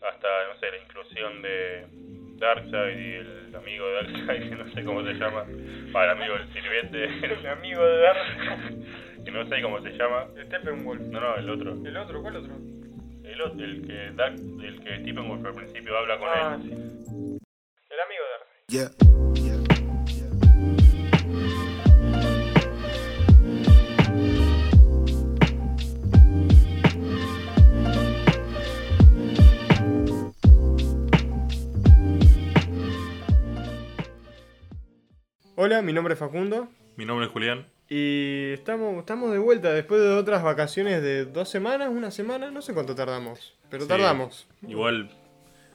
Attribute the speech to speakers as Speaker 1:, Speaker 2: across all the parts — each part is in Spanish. Speaker 1: gusta, no sé, la inclusión de Darkseid y el amigo de Darkseid, que no sé cómo se llama. Para el amigo del sirviente,
Speaker 2: El amigo de Dark.
Speaker 1: que no sé cómo se llama.
Speaker 2: Steppenwolf.
Speaker 1: No, no, el otro.
Speaker 2: ¿El otro? ¿Cuál otro?
Speaker 1: El, ot- el que Dark, el que Steppenwolf al principio habla con
Speaker 2: Ah,
Speaker 1: él.
Speaker 2: sí. El amigo de Dark.
Speaker 3: Yeah.
Speaker 2: Hola, mi nombre es Facundo.
Speaker 4: Mi nombre es Julián.
Speaker 2: Y estamos, estamos de vuelta después de otras vacaciones de dos semanas, una semana, no sé cuánto tardamos, pero
Speaker 4: Sí.
Speaker 2: tardamos.
Speaker 4: Igual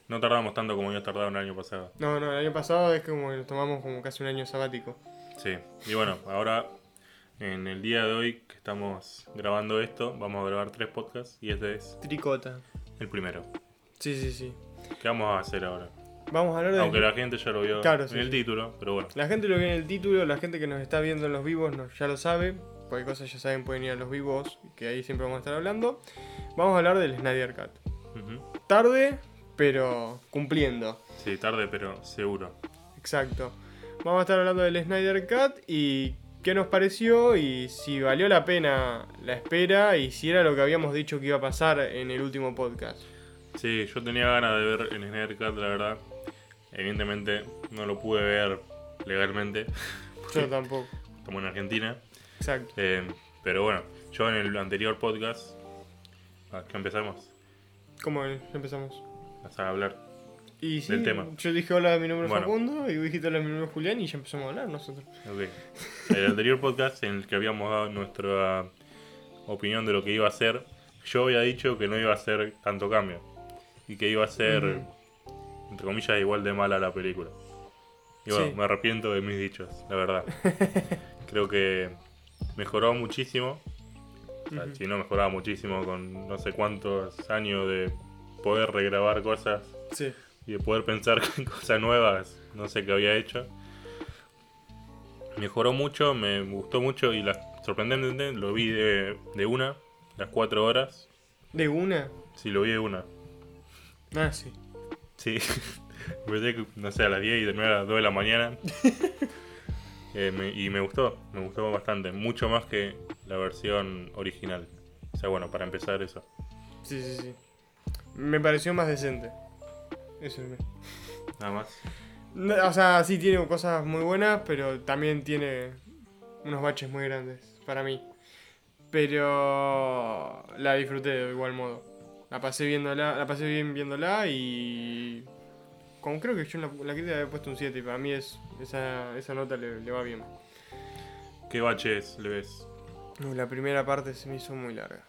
Speaker 4: no tardamos tanto como yo tardado el año pasado.
Speaker 2: No, no, el año pasado es como que nos tomamos como casi un año sabático.
Speaker 4: Sí. Y bueno, ahora en el día de hoy que estamos grabando esto, vamos a grabar tres podcasts y este es
Speaker 2: Tricota.
Speaker 4: el primero.
Speaker 2: Sí, sí, sí.
Speaker 4: ¿Qué vamos a hacer ahora?
Speaker 2: Vamos a hablar de...
Speaker 4: Aunque la gente ya lo vio
Speaker 2: Claro,
Speaker 4: en
Speaker 2: sí,
Speaker 4: el
Speaker 2: sí.
Speaker 4: título, pero bueno.
Speaker 2: La gente lo ve en el título, la gente que nos está viendo en los vivos no- ya lo sabe. Cualquier cosa ya saben, pueden ir a los vivos, que ahí siempre vamos a estar hablando. Vamos a hablar del Snyder Cut.
Speaker 4: Ujú.
Speaker 2: Tarde, pero cumpliendo.
Speaker 4: Sí, tarde, pero seguro.
Speaker 2: Exacto. Vamos a estar hablando del Snyder Cut y qué nos pareció y si valió la pena la espera y si era lo que habíamos dicho que iba a pasar en el último podcast.
Speaker 4: Sí, yo tenía ganas de ver el Snyder Cut, la verdad. Evidentemente no lo pude ver legalmente.
Speaker 2: Yo tampoco.
Speaker 4: Estamos en Argentina.
Speaker 2: Exacto.
Speaker 4: Eh, pero bueno, yo en el anterior podcast, ah, que empezamos
Speaker 2: ¿Cómo empezamos?
Speaker 4: a hablar.
Speaker 2: Y sí,
Speaker 4: Del tema.
Speaker 2: yo dije hola, mi nombre es
Speaker 4: Bueno.
Speaker 2: Facundo y vos dijiste hola, mi nombre es Julián y ya empezamos a hablar nosotros.
Speaker 4: Ok. El anterior podcast en el que habíamos dado nuestra opinión de lo que iba a ser, yo había dicho que no iba a ser tanto cambio. Y que iba a ser, entre comillas, igual de mala la película. Y bueno,
Speaker 2: Sí.
Speaker 4: me arrepiento de mis dichos, la verdad. Creo que mejoró muchísimo. O sea, Si no mejoraba muchísimo con no sé cuántos años de poder regrabar cosas
Speaker 2: Sí.
Speaker 4: y de poder pensar en cosas nuevas, no sé qué había hecho. Mejoró mucho, me gustó mucho y la, sorprendente lo vi de, de una, las cuatro horas.
Speaker 2: ¿De una?
Speaker 4: Sí, lo vi de una.
Speaker 2: Ah, sí.
Speaker 4: Sí, Empecé, no sé, a las 10 y terminé a las 2 de la mañana. Eh, me- y me gustó, me gustó bastante, mucho más que la versión original. O sea, bueno, para empezar eso.
Speaker 2: Sí, sí, sí. Me pareció más decente. Eso es
Speaker 4: Nada más.
Speaker 2: No, O sea, sí tiene cosas muy buenas, pero también tiene unos baches muy grandes para mí. Pero la disfruté de igual modo. La pasé viéndola, la pasé bien viéndola y como creo que yo en la, la crítica le he puesto un 7 y para mí es esa, esa nota le, le va bien.
Speaker 4: ¿Qué baches le ves?
Speaker 2: No, la primera parte se me hizo muy larga.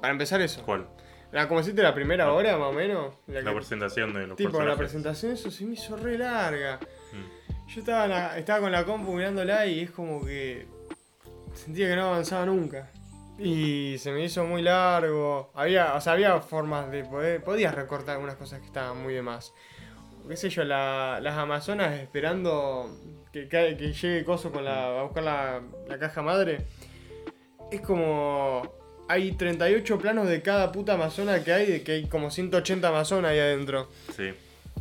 Speaker 2: Para empezar eso.
Speaker 4: ¿Cuál?
Speaker 2: La como decirte la primera hora más o menos, la
Speaker 4: La
Speaker 2: que-
Speaker 4: presentación de los
Speaker 2: Tipo, la
Speaker 4: personajes.
Speaker 2: presentación eso se me hizo re larga.
Speaker 4: Mm.
Speaker 2: Yo estaba, en la- estaba con la compu mirándola y es como que sentía que no avanzaba nunca. Y se me hizo muy largo. Había, o sea, había formas de poder. Podías recortar algunas cosas que estaban muy de más. Qué sé yo, la- las Amazonas esperando que, cae- que llegue Coso con la, a buscar la, la caja madre. Es como. Hay 38 planos de cada puta Amazona que hay, de que hay como 180 Amazonas ahí adentro.
Speaker 4: Sí.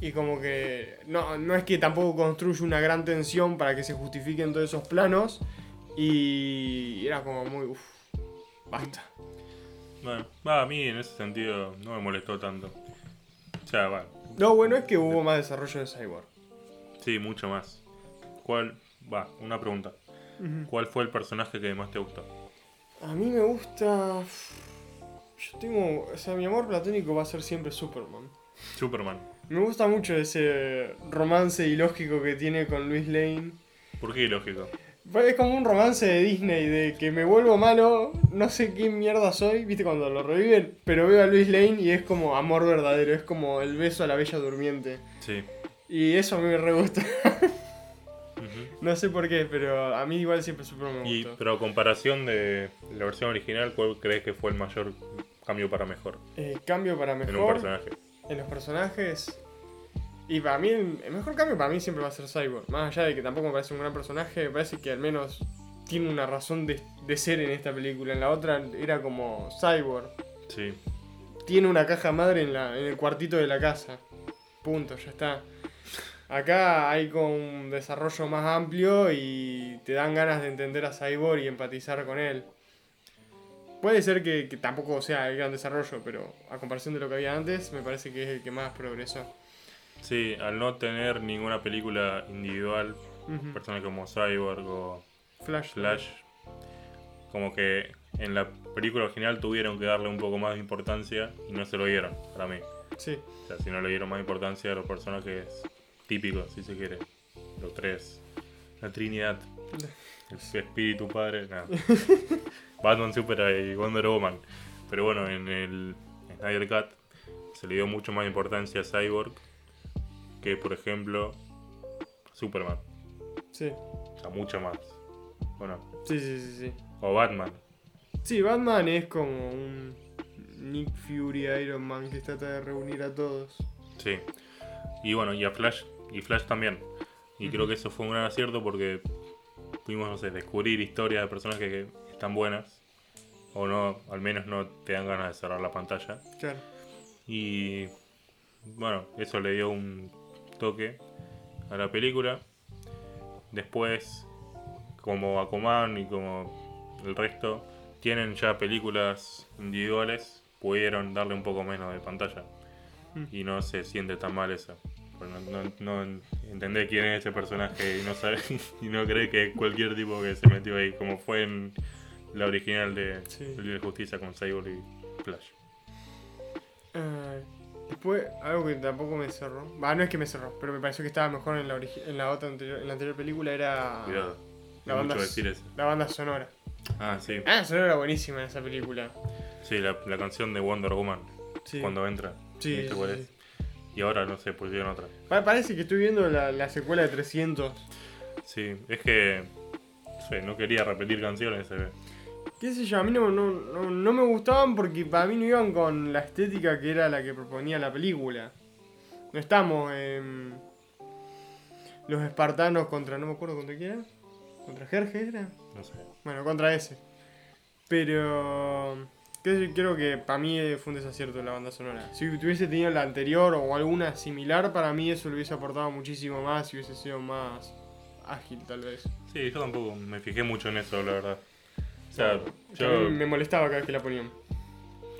Speaker 2: Y como que no, no es que tampoco construye una gran tensión para que se justifiquen todos esos planos. Y era como muy... Uf, basta.
Speaker 4: Bueno, va, a mí en ese sentido no me molestó tanto. O sea, bueno,
Speaker 2: Lo bueno es que hubo más desarrollo de Cyborg.
Speaker 4: sí, mucho más. ¿Cuál? Va, una pregunta. ¿Cuál fue el personaje que más te gustó?
Speaker 2: A mí me gusta... Yo tengo... O sea, mi amor platónico va a ser siempre Superman.
Speaker 4: Superman.
Speaker 2: Me gusta mucho ese romance ilógico que tiene con Luis Lane.
Speaker 4: ¿Por qué lógico?
Speaker 2: Pues Es como un romance de Disney, de que me vuelvo malo, no sé qué mierda soy, viste cuando lo reviven, pero veo a Luis Lane y es como amor verdadero, es como el beso a la bella durmiente.
Speaker 4: Sí.
Speaker 2: Y eso a mí me re gusta.
Speaker 4: Ujú.
Speaker 2: no sé por qué, pero a mí igual siempre super me
Speaker 4: Y,
Speaker 2: gustó.
Speaker 4: pero a comparación de la versión original, ¿cuál crees que fue el mayor cambio para mejor,
Speaker 2: Eh, cambio para
Speaker 4: en un
Speaker 2: mejor en,
Speaker 4: personaje?
Speaker 2: los personajes. Y para mí, el el mejor cambio para mí siempre va a ser Cyborg. Más allá de que tampoco me parece un gran personaje, me parece que al menos tiene una razón de, de ser en esta película. En la otra era como Cyborg.
Speaker 4: Sí.
Speaker 2: tiene una caja madre en, la, en el cuartito de la casa. Punto, ya está. Acá hay con un desarrollo más amplio y te dan ganas de entender a Cyborg y empatizar con él. Puede ser que, que tampoco sea el gran desarrollo, pero a comparación de lo que había antes, me parece que es el que más progresó.
Speaker 4: Sí, al no tener ninguna película individual,
Speaker 2: Ujú.
Speaker 4: personas como Cyborg o
Speaker 2: Flash.
Speaker 4: Flash, como que en la película original tuvieron que darle un poco más de importancia y no se lo dieron, para mí.
Speaker 2: Sí.
Speaker 4: O sea, si no le dieron más importancia a los personajes típicos, si se quiere. Los tres. La Trinidad. El espíritu padre. nada. Batman, Supera y Wonder Woman. Pero bueno, en el Snyder Cut se le dio mucho más importancia a Cyborg que, por ejemplo, Superman.
Speaker 2: Sí.
Speaker 4: O sea, mucho más. Bueno,
Speaker 2: Sí, sí, sí, sí.
Speaker 4: o Batman.
Speaker 2: Sí, Batman es como un Nick Fury Iron Man que trata de reunir a todos.
Speaker 4: Sí. Y bueno, y a Flash, y Flash también. Y creo que eso fue un gran acierto porque pudimos, no sé, descubrir historias de personajes que están buenas. O no, al menos no te dan ganas de cerrar la pantalla.
Speaker 2: Claro.
Speaker 4: Y bueno, eso le dio un toque a la película. Después, como Aquaman y como el resto, tienen ya películas individuales, pudieron darle un poco menos de pantalla.
Speaker 2: Mm.
Speaker 4: Y no se siente tan mal eso. Pues No, no, no entendés quién es ese personaje y no sabes y no crees que cualquier tipo que se metió ahí, como fue en la original de
Speaker 2: Sí.
Speaker 4: Liga de Justicia con Cyborg y Flash.
Speaker 2: Ah, después, algo que tampoco me cerró. Va, no es que me cerró, pero me pareció que estaba mejor en la, origi- en la otra anterior, en la anterior película era
Speaker 4: Cuidado.
Speaker 2: La
Speaker 4: Hay
Speaker 2: banda
Speaker 4: mucho
Speaker 2: es-
Speaker 4: decir eso.
Speaker 2: la banda sonora.
Speaker 4: Ah, sí.
Speaker 2: Ah, sonora buenísima en esa película.
Speaker 4: Sí, la, la canción de Wonder Woman.
Speaker 2: Sí.
Speaker 4: Cuando entra.
Speaker 2: Sí,
Speaker 4: ¿Viste
Speaker 2: sí,
Speaker 4: cuál
Speaker 2: sí.
Speaker 4: es? Y ahora no sé, pusieron otra.
Speaker 2: Pa- parece que estoy viendo la, la secuela de 300.
Speaker 4: Sí, es que. no sé, no quería repetir canciones. eh, se ve.
Speaker 2: ¿Qué sé yo? A mí no, no, no, no me gustaban porque para mí no iban con la estética que era la que proponía la película. No estamos en. Los espartanos contra. No me acuerdo contra quién era. ¿Contra Jerjes era?
Speaker 4: No sé.
Speaker 2: Bueno, contra ese. Pero. qué sé yo, Creo que para mí eh, fue un desacierto la banda sonora. Si hubiese tenido la anterior o alguna similar, para mí eso le hubiese aportado muchísimo más y hubiese sido más ágil, tal vez.
Speaker 4: Sí, yo tampoco me fijé mucho en eso, la verdad. O sea,
Speaker 2: A mí
Speaker 4: yo.
Speaker 2: Me molestaba cada vez que la ponían.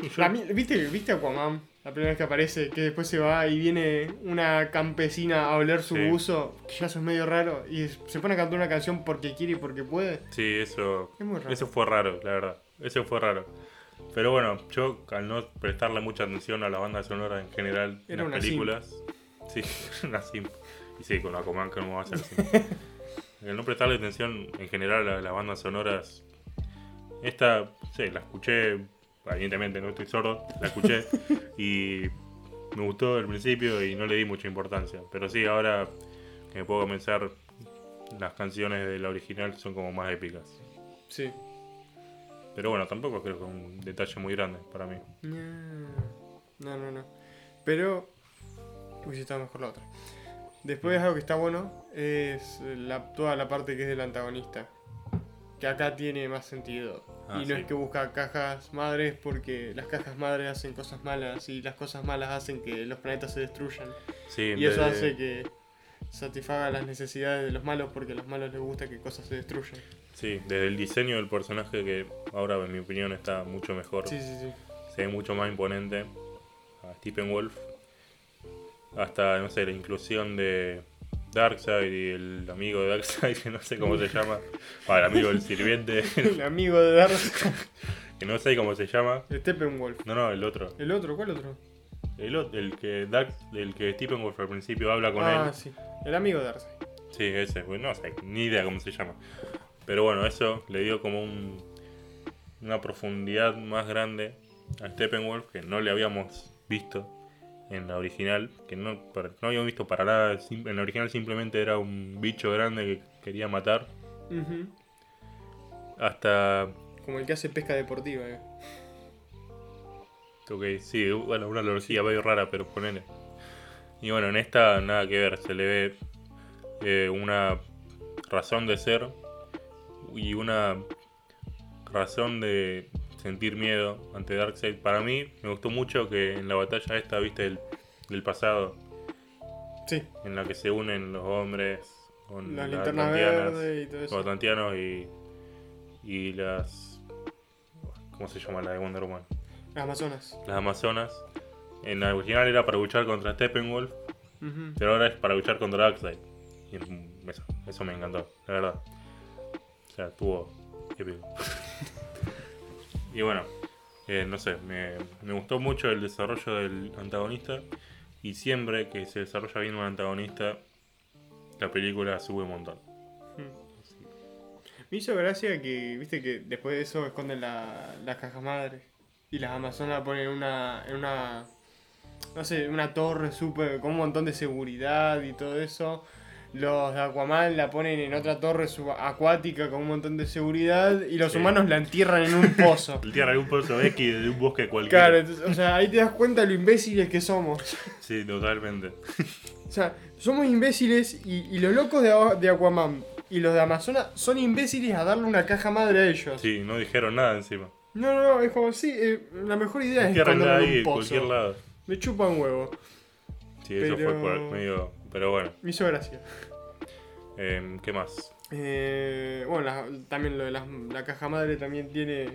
Speaker 4: yo-
Speaker 2: La mi- ¿viste, ¿Viste Aquaman? La primera vez que aparece, que después se va y viene una campesina a oler su
Speaker 4: Sí.
Speaker 2: buzo, que ya eso es medio raro, y es- se pone a cantar una canción porque quiere y porque puede.
Speaker 4: Sí, eso.
Speaker 2: Es muy raro.
Speaker 4: Eso fue raro, la verdad. Eso fue raro. Pero bueno, yo al no prestarle mucha atención a la banda sonora en general
Speaker 2: Era
Speaker 4: en
Speaker 2: una
Speaker 4: las
Speaker 2: simp.
Speaker 4: películas. Sí, era una simp. Y sí, con Aquaman que no va a ser simp. Al no prestarle atención en general a las bandas sonoras. Esta, sí, la escuché. Evidentemente no estoy sordo, la escuché. y me gustó al principio y no le di mucha importancia. Pero sí, ahora que me puedo comenzar, las canciones de la original son como más épicas.
Speaker 2: Sí.
Speaker 4: Pero bueno, tampoco creo que es un detalle muy grande para mí.
Speaker 2: No, Ah. no, no. Pero hubiese estado mejor la otra. Después algo que está bueno es la, toda la parte que es del antagonista. Que acá tiene más sentido.
Speaker 4: Ah,
Speaker 2: y no
Speaker 4: sí.
Speaker 2: es que busca cajas madres porque las cajas madres hacen cosas malas y las cosas malas hacen que los planetas se destruyan.
Speaker 4: Sí, en
Speaker 2: Y eso
Speaker 4: vez de-
Speaker 2: hace que satisfaga las necesidades de los malos porque a los malos les gusta que cosas se destruyan.
Speaker 4: sí, desde el diseño del personaje que ahora en mi opinión está mucho mejor.
Speaker 2: Sí, sí, sí.
Speaker 4: Se ve mucho más imponente a Stephen Wolf. Hasta, no sé, la inclusión de Darkseid y el amigo de Darkseid, que no sé cómo se llama. Ah, el amigo del sirviente,
Speaker 2: El amigo de Dark
Speaker 4: que no sé cómo se llama.
Speaker 2: Steppenwolf.
Speaker 4: No, no, el otro.
Speaker 2: ¿El otro? ¿Cuál otro?
Speaker 4: El, ot- el que Dark, el que Stephen Wolf al principio habla con
Speaker 2: ah,
Speaker 4: él.
Speaker 2: sí. El amigo de Darcy.
Speaker 4: Sí, ese, güey, no sé, ni idea cómo se llama. Pero bueno, eso le dio como un- una profundidad más grande a Steppenwolf que no le habíamos visto en la original, que no, para- no habíamos visto para nada. sim- En la original simplemente era un bicho grande que quería matar. Hasta.
Speaker 2: Como el que hace pesca deportiva. eh.
Speaker 4: Ok, sí, bueno, una analogía medio rara, pero ponele. Y bueno, en esta nada que ver, se le ve eh, una razón de ser y una razón de sentir miedo ante Darkseid. Para mí, me gustó mucho que en la batalla esta, viste, del, del pasado,
Speaker 2: Sí,
Speaker 4: en la que se unen los hombres Mm, con
Speaker 2: la
Speaker 4: las
Speaker 2: linterna
Speaker 4: atlantianas,
Speaker 2: verde y todo
Speaker 4: los
Speaker 2: eso.
Speaker 4: atlantianos y, y las. ¿Cómo se llama la de Wonder Woman?
Speaker 2: Las Amazonas.
Speaker 4: Las Amazonas. En la original era para luchar contra Steppenwolf,
Speaker 2: Ujú.
Speaker 4: pero ahora es para luchar contra Darkseid. Y es- eso, eso me encantó, la verdad. O sea, estuvo épico. y bueno, eh, no sé, me, me gustó mucho el desarrollo del antagonista. Y siempre que se desarrolla bien un antagonista, la película sube un montón.
Speaker 2: Me hizo gracia que, viste, que después de eso esconden la- las cajas madres. Y las Amazonas ponen una, en una. No sé, una torre super. con un montón de seguridad y todo eso. Los de Aquaman la ponen en otra torre acuática con un montón de seguridad. Y los
Speaker 4: Sí.
Speaker 2: humanos la entierran en un pozo.
Speaker 4: El tierra de un pozo X de un bosque cualquiera.
Speaker 2: claro, entonces, o sea, ahí te das cuenta lo imbéciles que somos.
Speaker 4: Sí, totalmente.
Speaker 2: O sea, somos imbéciles y, y los locos de, Awa- de Aquaman y los de Amazonas son imbéciles a darle una caja madre a ellos.
Speaker 4: Sí, no dijeron nada encima.
Speaker 2: No, no, no, es como, sí, eh, la mejor idea es
Speaker 4: Tierra
Speaker 2: esconderlo en
Speaker 4: ahí,
Speaker 2: un
Speaker 4: en cualquier
Speaker 2: pozo.
Speaker 4: lado.
Speaker 2: Me chupa un huevo.
Speaker 4: Sí, eso
Speaker 2: Pero-
Speaker 4: fue cual- medio. Pero bueno,
Speaker 2: Me hizo gracia.
Speaker 4: em, ¿qué más?
Speaker 2: Eh, bueno, la- también lo de las- la caja madre también tiene,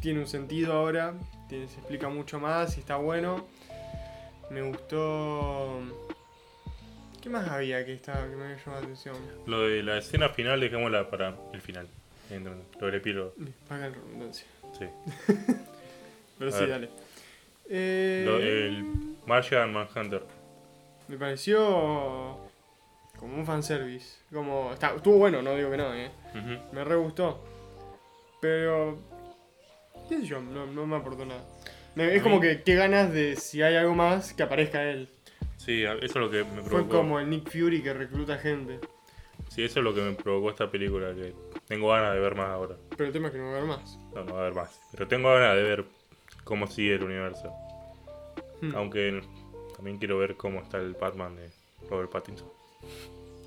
Speaker 2: tiene un sentido ahora. Tiene- se explica mucho más y está bueno. Me gustó... ¿Qué más había que, estaba, que me había llamado la atención?
Speaker 4: Lo de la escena final, dejémosla para el final. Entran, Lo del epílogo.
Speaker 2: Eh, Paga la redundancia.
Speaker 4: Sí.
Speaker 2: Pero
Speaker 4: A
Speaker 2: sí,
Speaker 4: ver.
Speaker 2: dale. Eh,
Speaker 4: Lo- el Martian Manhunter.
Speaker 2: Me pareció como un fanservice. Como, está, estuvo bueno, no digo que no, eh.
Speaker 4: Ujú.
Speaker 2: Me re gustó. Pero. ¿Qué sé yo? No, no me aportó nada. Me- Es como que qué ganas de si hay algo más que aparezca él.
Speaker 4: Sí, a- eso es lo que me
Speaker 2: Fue
Speaker 4: provocó.
Speaker 2: como el Nick Fury que recluta gente.
Speaker 4: Sí, eso es lo que me provocó esta película. Que tengo ganas de ver más ahora.
Speaker 2: Pero el tema es que no va a haber más.
Speaker 4: No, no va a haber más. Pero tengo ganas de ver cómo sigue el universo.
Speaker 2: Hmm.
Speaker 4: Aunque también quiero ver cómo está el Batman de Robert Pattinson.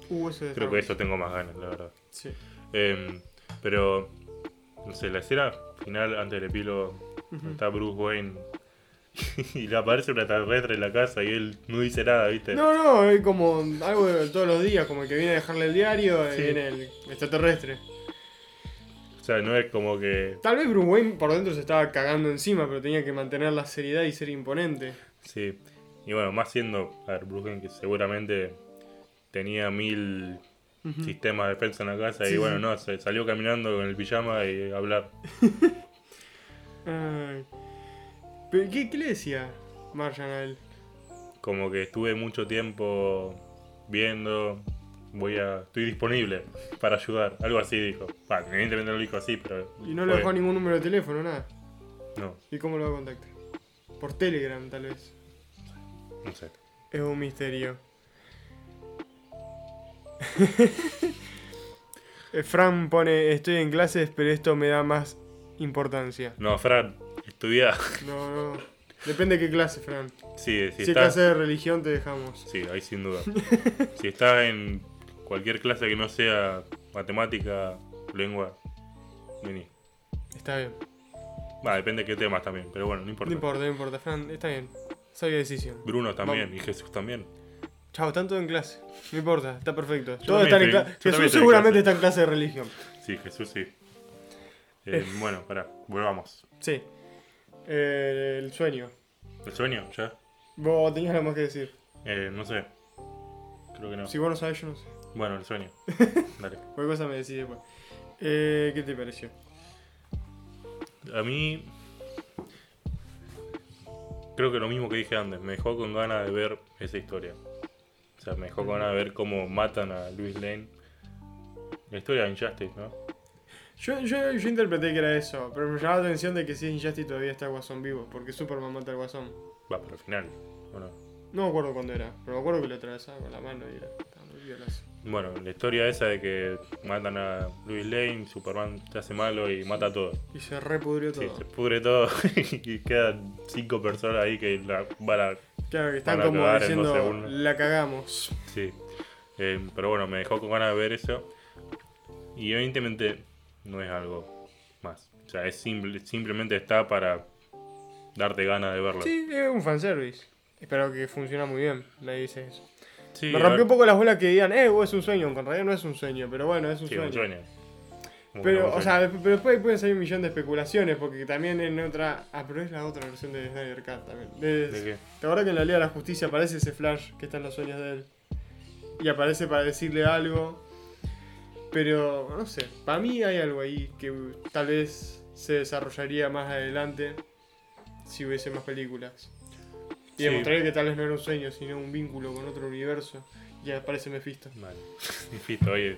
Speaker 2: Uh, eso de
Speaker 4: Creo
Speaker 2: Star
Speaker 4: que
Speaker 2: Wars.
Speaker 4: eso tengo más ganas, la verdad.
Speaker 2: Sí.
Speaker 4: Em, pero, no sé, la escena final antes del epílogo, donde está Bruce Wayne y le aparece una extraterrestre en la casa y él no dice nada, ¿viste?
Speaker 2: No, no, es como algo de todos los días, como el que viene a dejarle el diario
Speaker 4: Sí.
Speaker 2: y viene el extraterrestre.
Speaker 4: O sea, no es como que.
Speaker 2: Tal vez Bruce Wayne por dentro se estaba cagando encima, pero tenía que mantener la seriedad y ser imponente.
Speaker 4: Sí. Y bueno, más siendo, a ver, Bruce Wayne que seguramente tenía mil sistemas de defensa en la casa
Speaker 2: Sí,
Speaker 4: y
Speaker 2: sí.
Speaker 4: bueno, no, se salió caminando con el pijama y a hablar.
Speaker 2: Ay. ¿Pero qué, qué le decía Marjan a él?
Speaker 4: Como que estuve mucho tiempo viendo. Voy a. Estoy disponible para ayudar. Algo así dijo. Bah, evidentemente no lo dijo así, pero.
Speaker 2: Y no le dejó
Speaker 4: fue-
Speaker 2: ningún número de teléfono, nada.
Speaker 4: No,
Speaker 2: ¿Y cómo lo va a contactar? Por Telegram, tal vez.
Speaker 4: no sé.
Speaker 2: Es un misterio. Eh, Fran pone, estoy en clases, pero esto me da más importancia.
Speaker 4: No, Fran, estudia.
Speaker 2: No, no. Depende de qué clase, Fran.
Speaker 4: Sí,
Speaker 2: Si,
Speaker 4: si
Speaker 2: es
Speaker 4: estás.
Speaker 2: clase de religión, te dejamos.
Speaker 4: Sí, ahí sin duda. si estás en cualquier clase que no sea matemática, lengua, vení.
Speaker 2: Está bien.
Speaker 4: Va, depende de qué temas también, pero bueno, no importa.
Speaker 2: No importa, no importa, Fran. Está bien. Sabia decisión.
Speaker 4: Bruno también
Speaker 2: Vamos.
Speaker 4: y Jesús también.
Speaker 2: Chao, están todos en clase. No importa, está perfecto.
Speaker 4: también
Speaker 2: Todos están en
Speaker 4: estoy-
Speaker 2: clase.
Speaker 4: yo también
Speaker 2: Jesús
Speaker 4: estoy en
Speaker 2: seguramente
Speaker 4: clase.
Speaker 2: está en clase de religión.
Speaker 4: Sí, Jesús sí. Eh, bueno, pará, volvamos.
Speaker 2: Sí. Eh, el sueño.
Speaker 4: ¿El sueño? ¿Ya?
Speaker 2: Vos tenías algo más que decir.
Speaker 4: Eh, no sé. Creo que no.
Speaker 2: Si vos no sabés, yo no sé.
Speaker 4: Bueno, el sueño. Dale.
Speaker 2: Cualquier cosa me decís después. Eh, ¿Qué te pareció?
Speaker 4: A mí. Creo que lo mismo que dije antes, me dejó con ganas de ver esa historia. O sea, me dejó con ganas de ver cómo matan a Luis Lane. La historia de Injustice, ¿no?
Speaker 2: Yo, yo, yo interpreté que era eso, pero me llamaba la atención de que si es Injustice todavía está el Guasón vivo, porque Superman mata al Guasón.
Speaker 4: Va, pero al final. ¿o no?
Speaker 2: No me acuerdo cuándo era, pero me acuerdo que lo atravesaba con la mano y era. Estaba muy violazo.
Speaker 4: Bueno, la historia esa de que matan a Luis Lane, Superman se hace malo y mata a todos.
Speaker 2: Y se repudrió
Speaker 4: Sí,
Speaker 2: todo.
Speaker 4: se pudre todo y quedan cinco personas ahí que la van a
Speaker 2: Claro, que están
Speaker 4: Van a
Speaker 2: como
Speaker 4: acabar en dos
Speaker 2: diciendo,
Speaker 4: segundos.
Speaker 2: la cagamos.
Speaker 4: Sí. Eh, pero bueno, me dejó con ganas de ver eso. Y evidentemente no es algo más. O sea, es simple, simplemente está para darte ganas de verla.
Speaker 2: Sí, es un fanservice. Espero que funciona muy bien, me dice eso.
Speaker 4: Sí,
Speaker 2: Me
Speaker 4: a
Speaker 2: rompió
Speaker 4: ver,
Speaker 2: un poco las bolas que digan, eh, vos es un sueño, aunque en realidad no es un sueño, pero bueno, es un
Speaker 4: sí,
Speaker 2: sueño.
Speaker 4: un sueño. Como que
Speaker 2: Pero,
Speaker 4: no,
Speaker 2: o
Speaker 4: un
Speaker 2: sea,
Speaker 4: sueño.
Speaker 2: desp- pero después pueden salir un millón de especulaciones, porque también en otra. Ah, pero es la otra versión de Snyder Cut también. De-
Speaker 4: ¿De qué?
Speaker 2: ¿Te acuerdas que en la Liga de la Justicia aparece ese Flash que está en los sueños de él? Y aparece para decirle algo. Pero, no sé, para mí hay algo ahí que uh, tal vez se desarrollaría más adelante si hubiese más películas. Y
Speaker 4: Sí.
Speaker 2: demostraría que tal vez no era un sueño, sino un vínculo con otro universo. Y aparece Mephisto.
Speaker 4: Vale. Insisto, oye.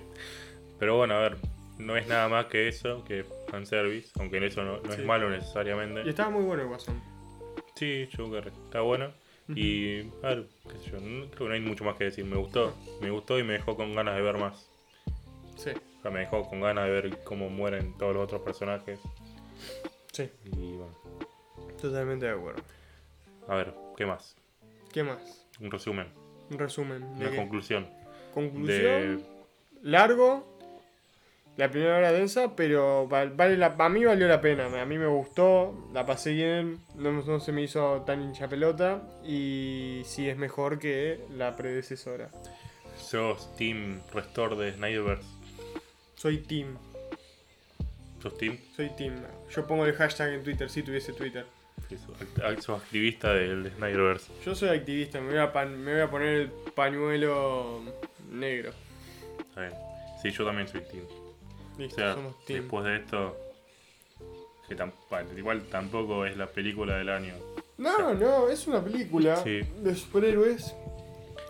Speaker 4: Pero bueno, a ver, no es nada más que eso, que fanservice, aunque en eso no, no
Speaker 2: Sí.
Speaker 4: es malo
Speaker 2: Y
Speaker 4: necesariamente.
Speaker 2: estaba muy bueno el Guasón.
Speaker 4: Sí, yo creo que está bueno. Y, a ver, qué sé yo, no- creo que no hay mucho más que decir. Me gustó, me gustó y me dejó con ganas de ver más.
Speaker 2: Sí,
Speaker 4: O sea, me dejó con ganas de ver cómo mueren todos los otros personajes.
Speaker 2: sí,
Speaker 4: Y bueno,
Speaker 2: totalmente de acuerdo.
Speaker 4: a ver, ¿qué más?
Speaker 2: ¿Qué más?
Speaker 4: Un resumen,
Speaker 2: Un resumen.
Speaker 4: una
Speaker 2: ¿De qué?
Speaker 4: conclusión.
Speaker 2: Conclusión.
Speaker 4: De,
Speaker 2: largo. La primera hora densa, pero val- vale la, a mí valió la pena. A mí me gustó, la pasé bien, no, no se me hizo tan hincha pelota. Y sí es mejor que la predecesora.
Speaker 4: ¿Sos Team Restore de Snyderverse?
Speaker 2: Soy Team,
Speaker 4: ¿Sos Team?
Speaker 2: soy Team. Yo pongo el hashtag en Twitter si tuviese Twitter.
Speaker 4: Sí, ¿Sos act- sos activista del Snyderverse?
Speaker 2: Yo soy activista, me voy a, pan- me voy a poner el pañuelo negro.
Speaker 4: Está bien. Sí, yo también soy Team. O
Speaker 2: Listo,
Speaker 4: sea,
Speaker 2: somos Team.
Speaker 4: después de esto, que tam- bueno, igual tampoco es la película del año.
Speaker 2: No, no, es una película
Speaker 4: Sí.
Speaker 2: de superhéroes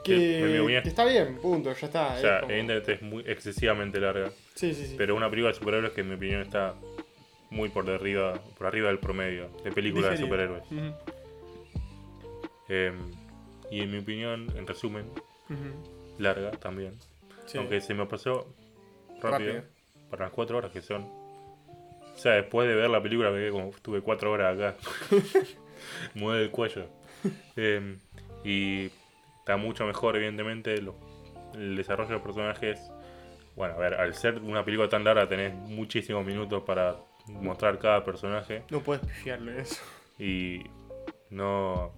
Speaker 2: que,
Speaker 4: Que, en mi opinión-
Speaker 2: que está bien, punto, ya está.
Speaker 4: O
Speaker 2: Ah, es
Speaker 4: sea,
Speaker 2: como-
Speaker 4: evidentemente es muy excesivamente larga,
Speaker 2: Sí, sí, sí.
Speaker 4: pero una película de superhéroes que en mi opinión está muy por arriba, por arriba del promedio de películas de
Speaker 2: Digerido.
Speaker 4: superhéroes. Em, y en mi opinión, en resumen,
Speaker 2: Ujú, ujú.
Speaker 4: larga también.
Speaker 2: Sí.
Speaker 4: Aunque se me pasó rápido,
Speaker 2: Rápido.
Speaker 4: para las cuatro horas que son. O sea, después de ver la película me quedé como, estuve cuatro horas acá. Mueve el cuello. Em, y está mucho mejor, evidentemente, lo- el desarrollo de los personajes. Bueno, a ver, al ser una película tan larga tenés muchísimos minutos para mostrar cada personaje.
Speaker 2: No puedes pifiarle eso.
Speaker 4: Y no.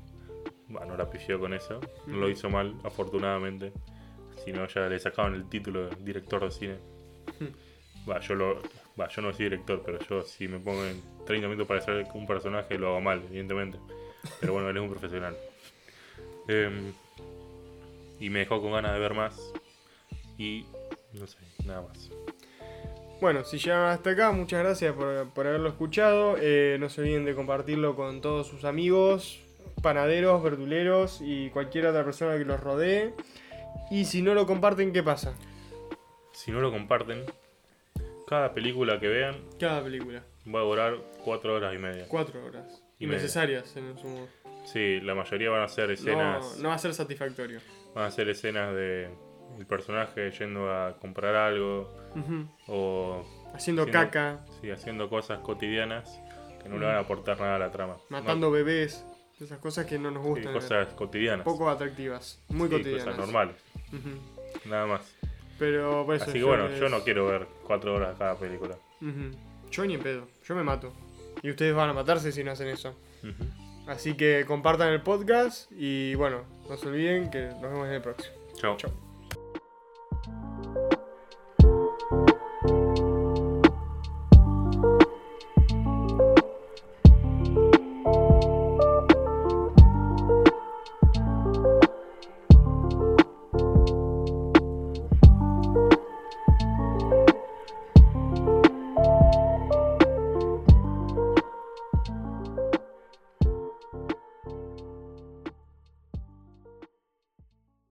Speaker 4: Bueno, la pifió con eso. No lo hizo mal, afortunadamente. Si no, ya le sacaban el título de director de cine. Va, yo lo. Va, yo no soy director, pero yo si me pongo en 30 minutos para hacer un personaje lo hago mal, evidentemente. Pero bueno, él es un profesional. Em, y me dejó con ganas de ver más. Y. no sé, nada más.
Speaker 2: Bueno, si llegaron hasta acá, muchas gracias por, por haberlo escuchado. Eh, no se olviden de compartirlo con todos sus amigos, panaderos, verduleros y cualquier otra persona que los rodee. Y si no lo comparten, ¿qué pasa?
Speaker 4: Si no lo comparten, cada película que vean
Speaker 2: Cada película,
Speaker 4: va a durar 4 horas y media.
Speaker 2: cuatro horas.
Speaker 4: Y media.
Speaker 2: Innecesarias en su modo.
Speaker 4: Sí, la mayoría van a ser
Speaker 2: No,
Speaker 4: escenas.
Speaker 2: no va a ser satisfactorio.
Speaker 4: Van a ser escenas de el personaje yendo a comprar algo.
Speaker 2: Ujú.
Speaker 4: O
Speaker 2: Haciendo
Speaker 4: Haciendo-
Speaker 2: caca,
Speaker 4: sí, haciendo cosas cotidianas que no le van a aportar nada a la trama.
Speaker 2: Mm. matando bebés, esas cosas que no nos
Speaker 4: No, sí,
Speaker 2: gustan.
Speaker 4: cosas cotidianas.
Speaker 2: Poco atractivas, muy
Speaker 4: Sí,
Speaker 2: cotidianas.
Speaker 4: Cosas normales.
Speaker 2: Ujú.
Speaker 4: Nada más.
Speaker 2: Pero pues, por eso
Speaker 4: Así que
Speaker 2: yo
Speaker 4: bueno,
Speaker 2: les-
Speaker 4: yo no quiero ver cuatro horas cada película.
Speaker 2: Ujú. Yo ni en pedo, yo me mato. Y ustedes van a matarse si no hacen eso. Así que compartan el podcast y bueno, no se olviden que nos vemos en el próximo.
Speaker 4: Chao.
Speaker 2: Chao.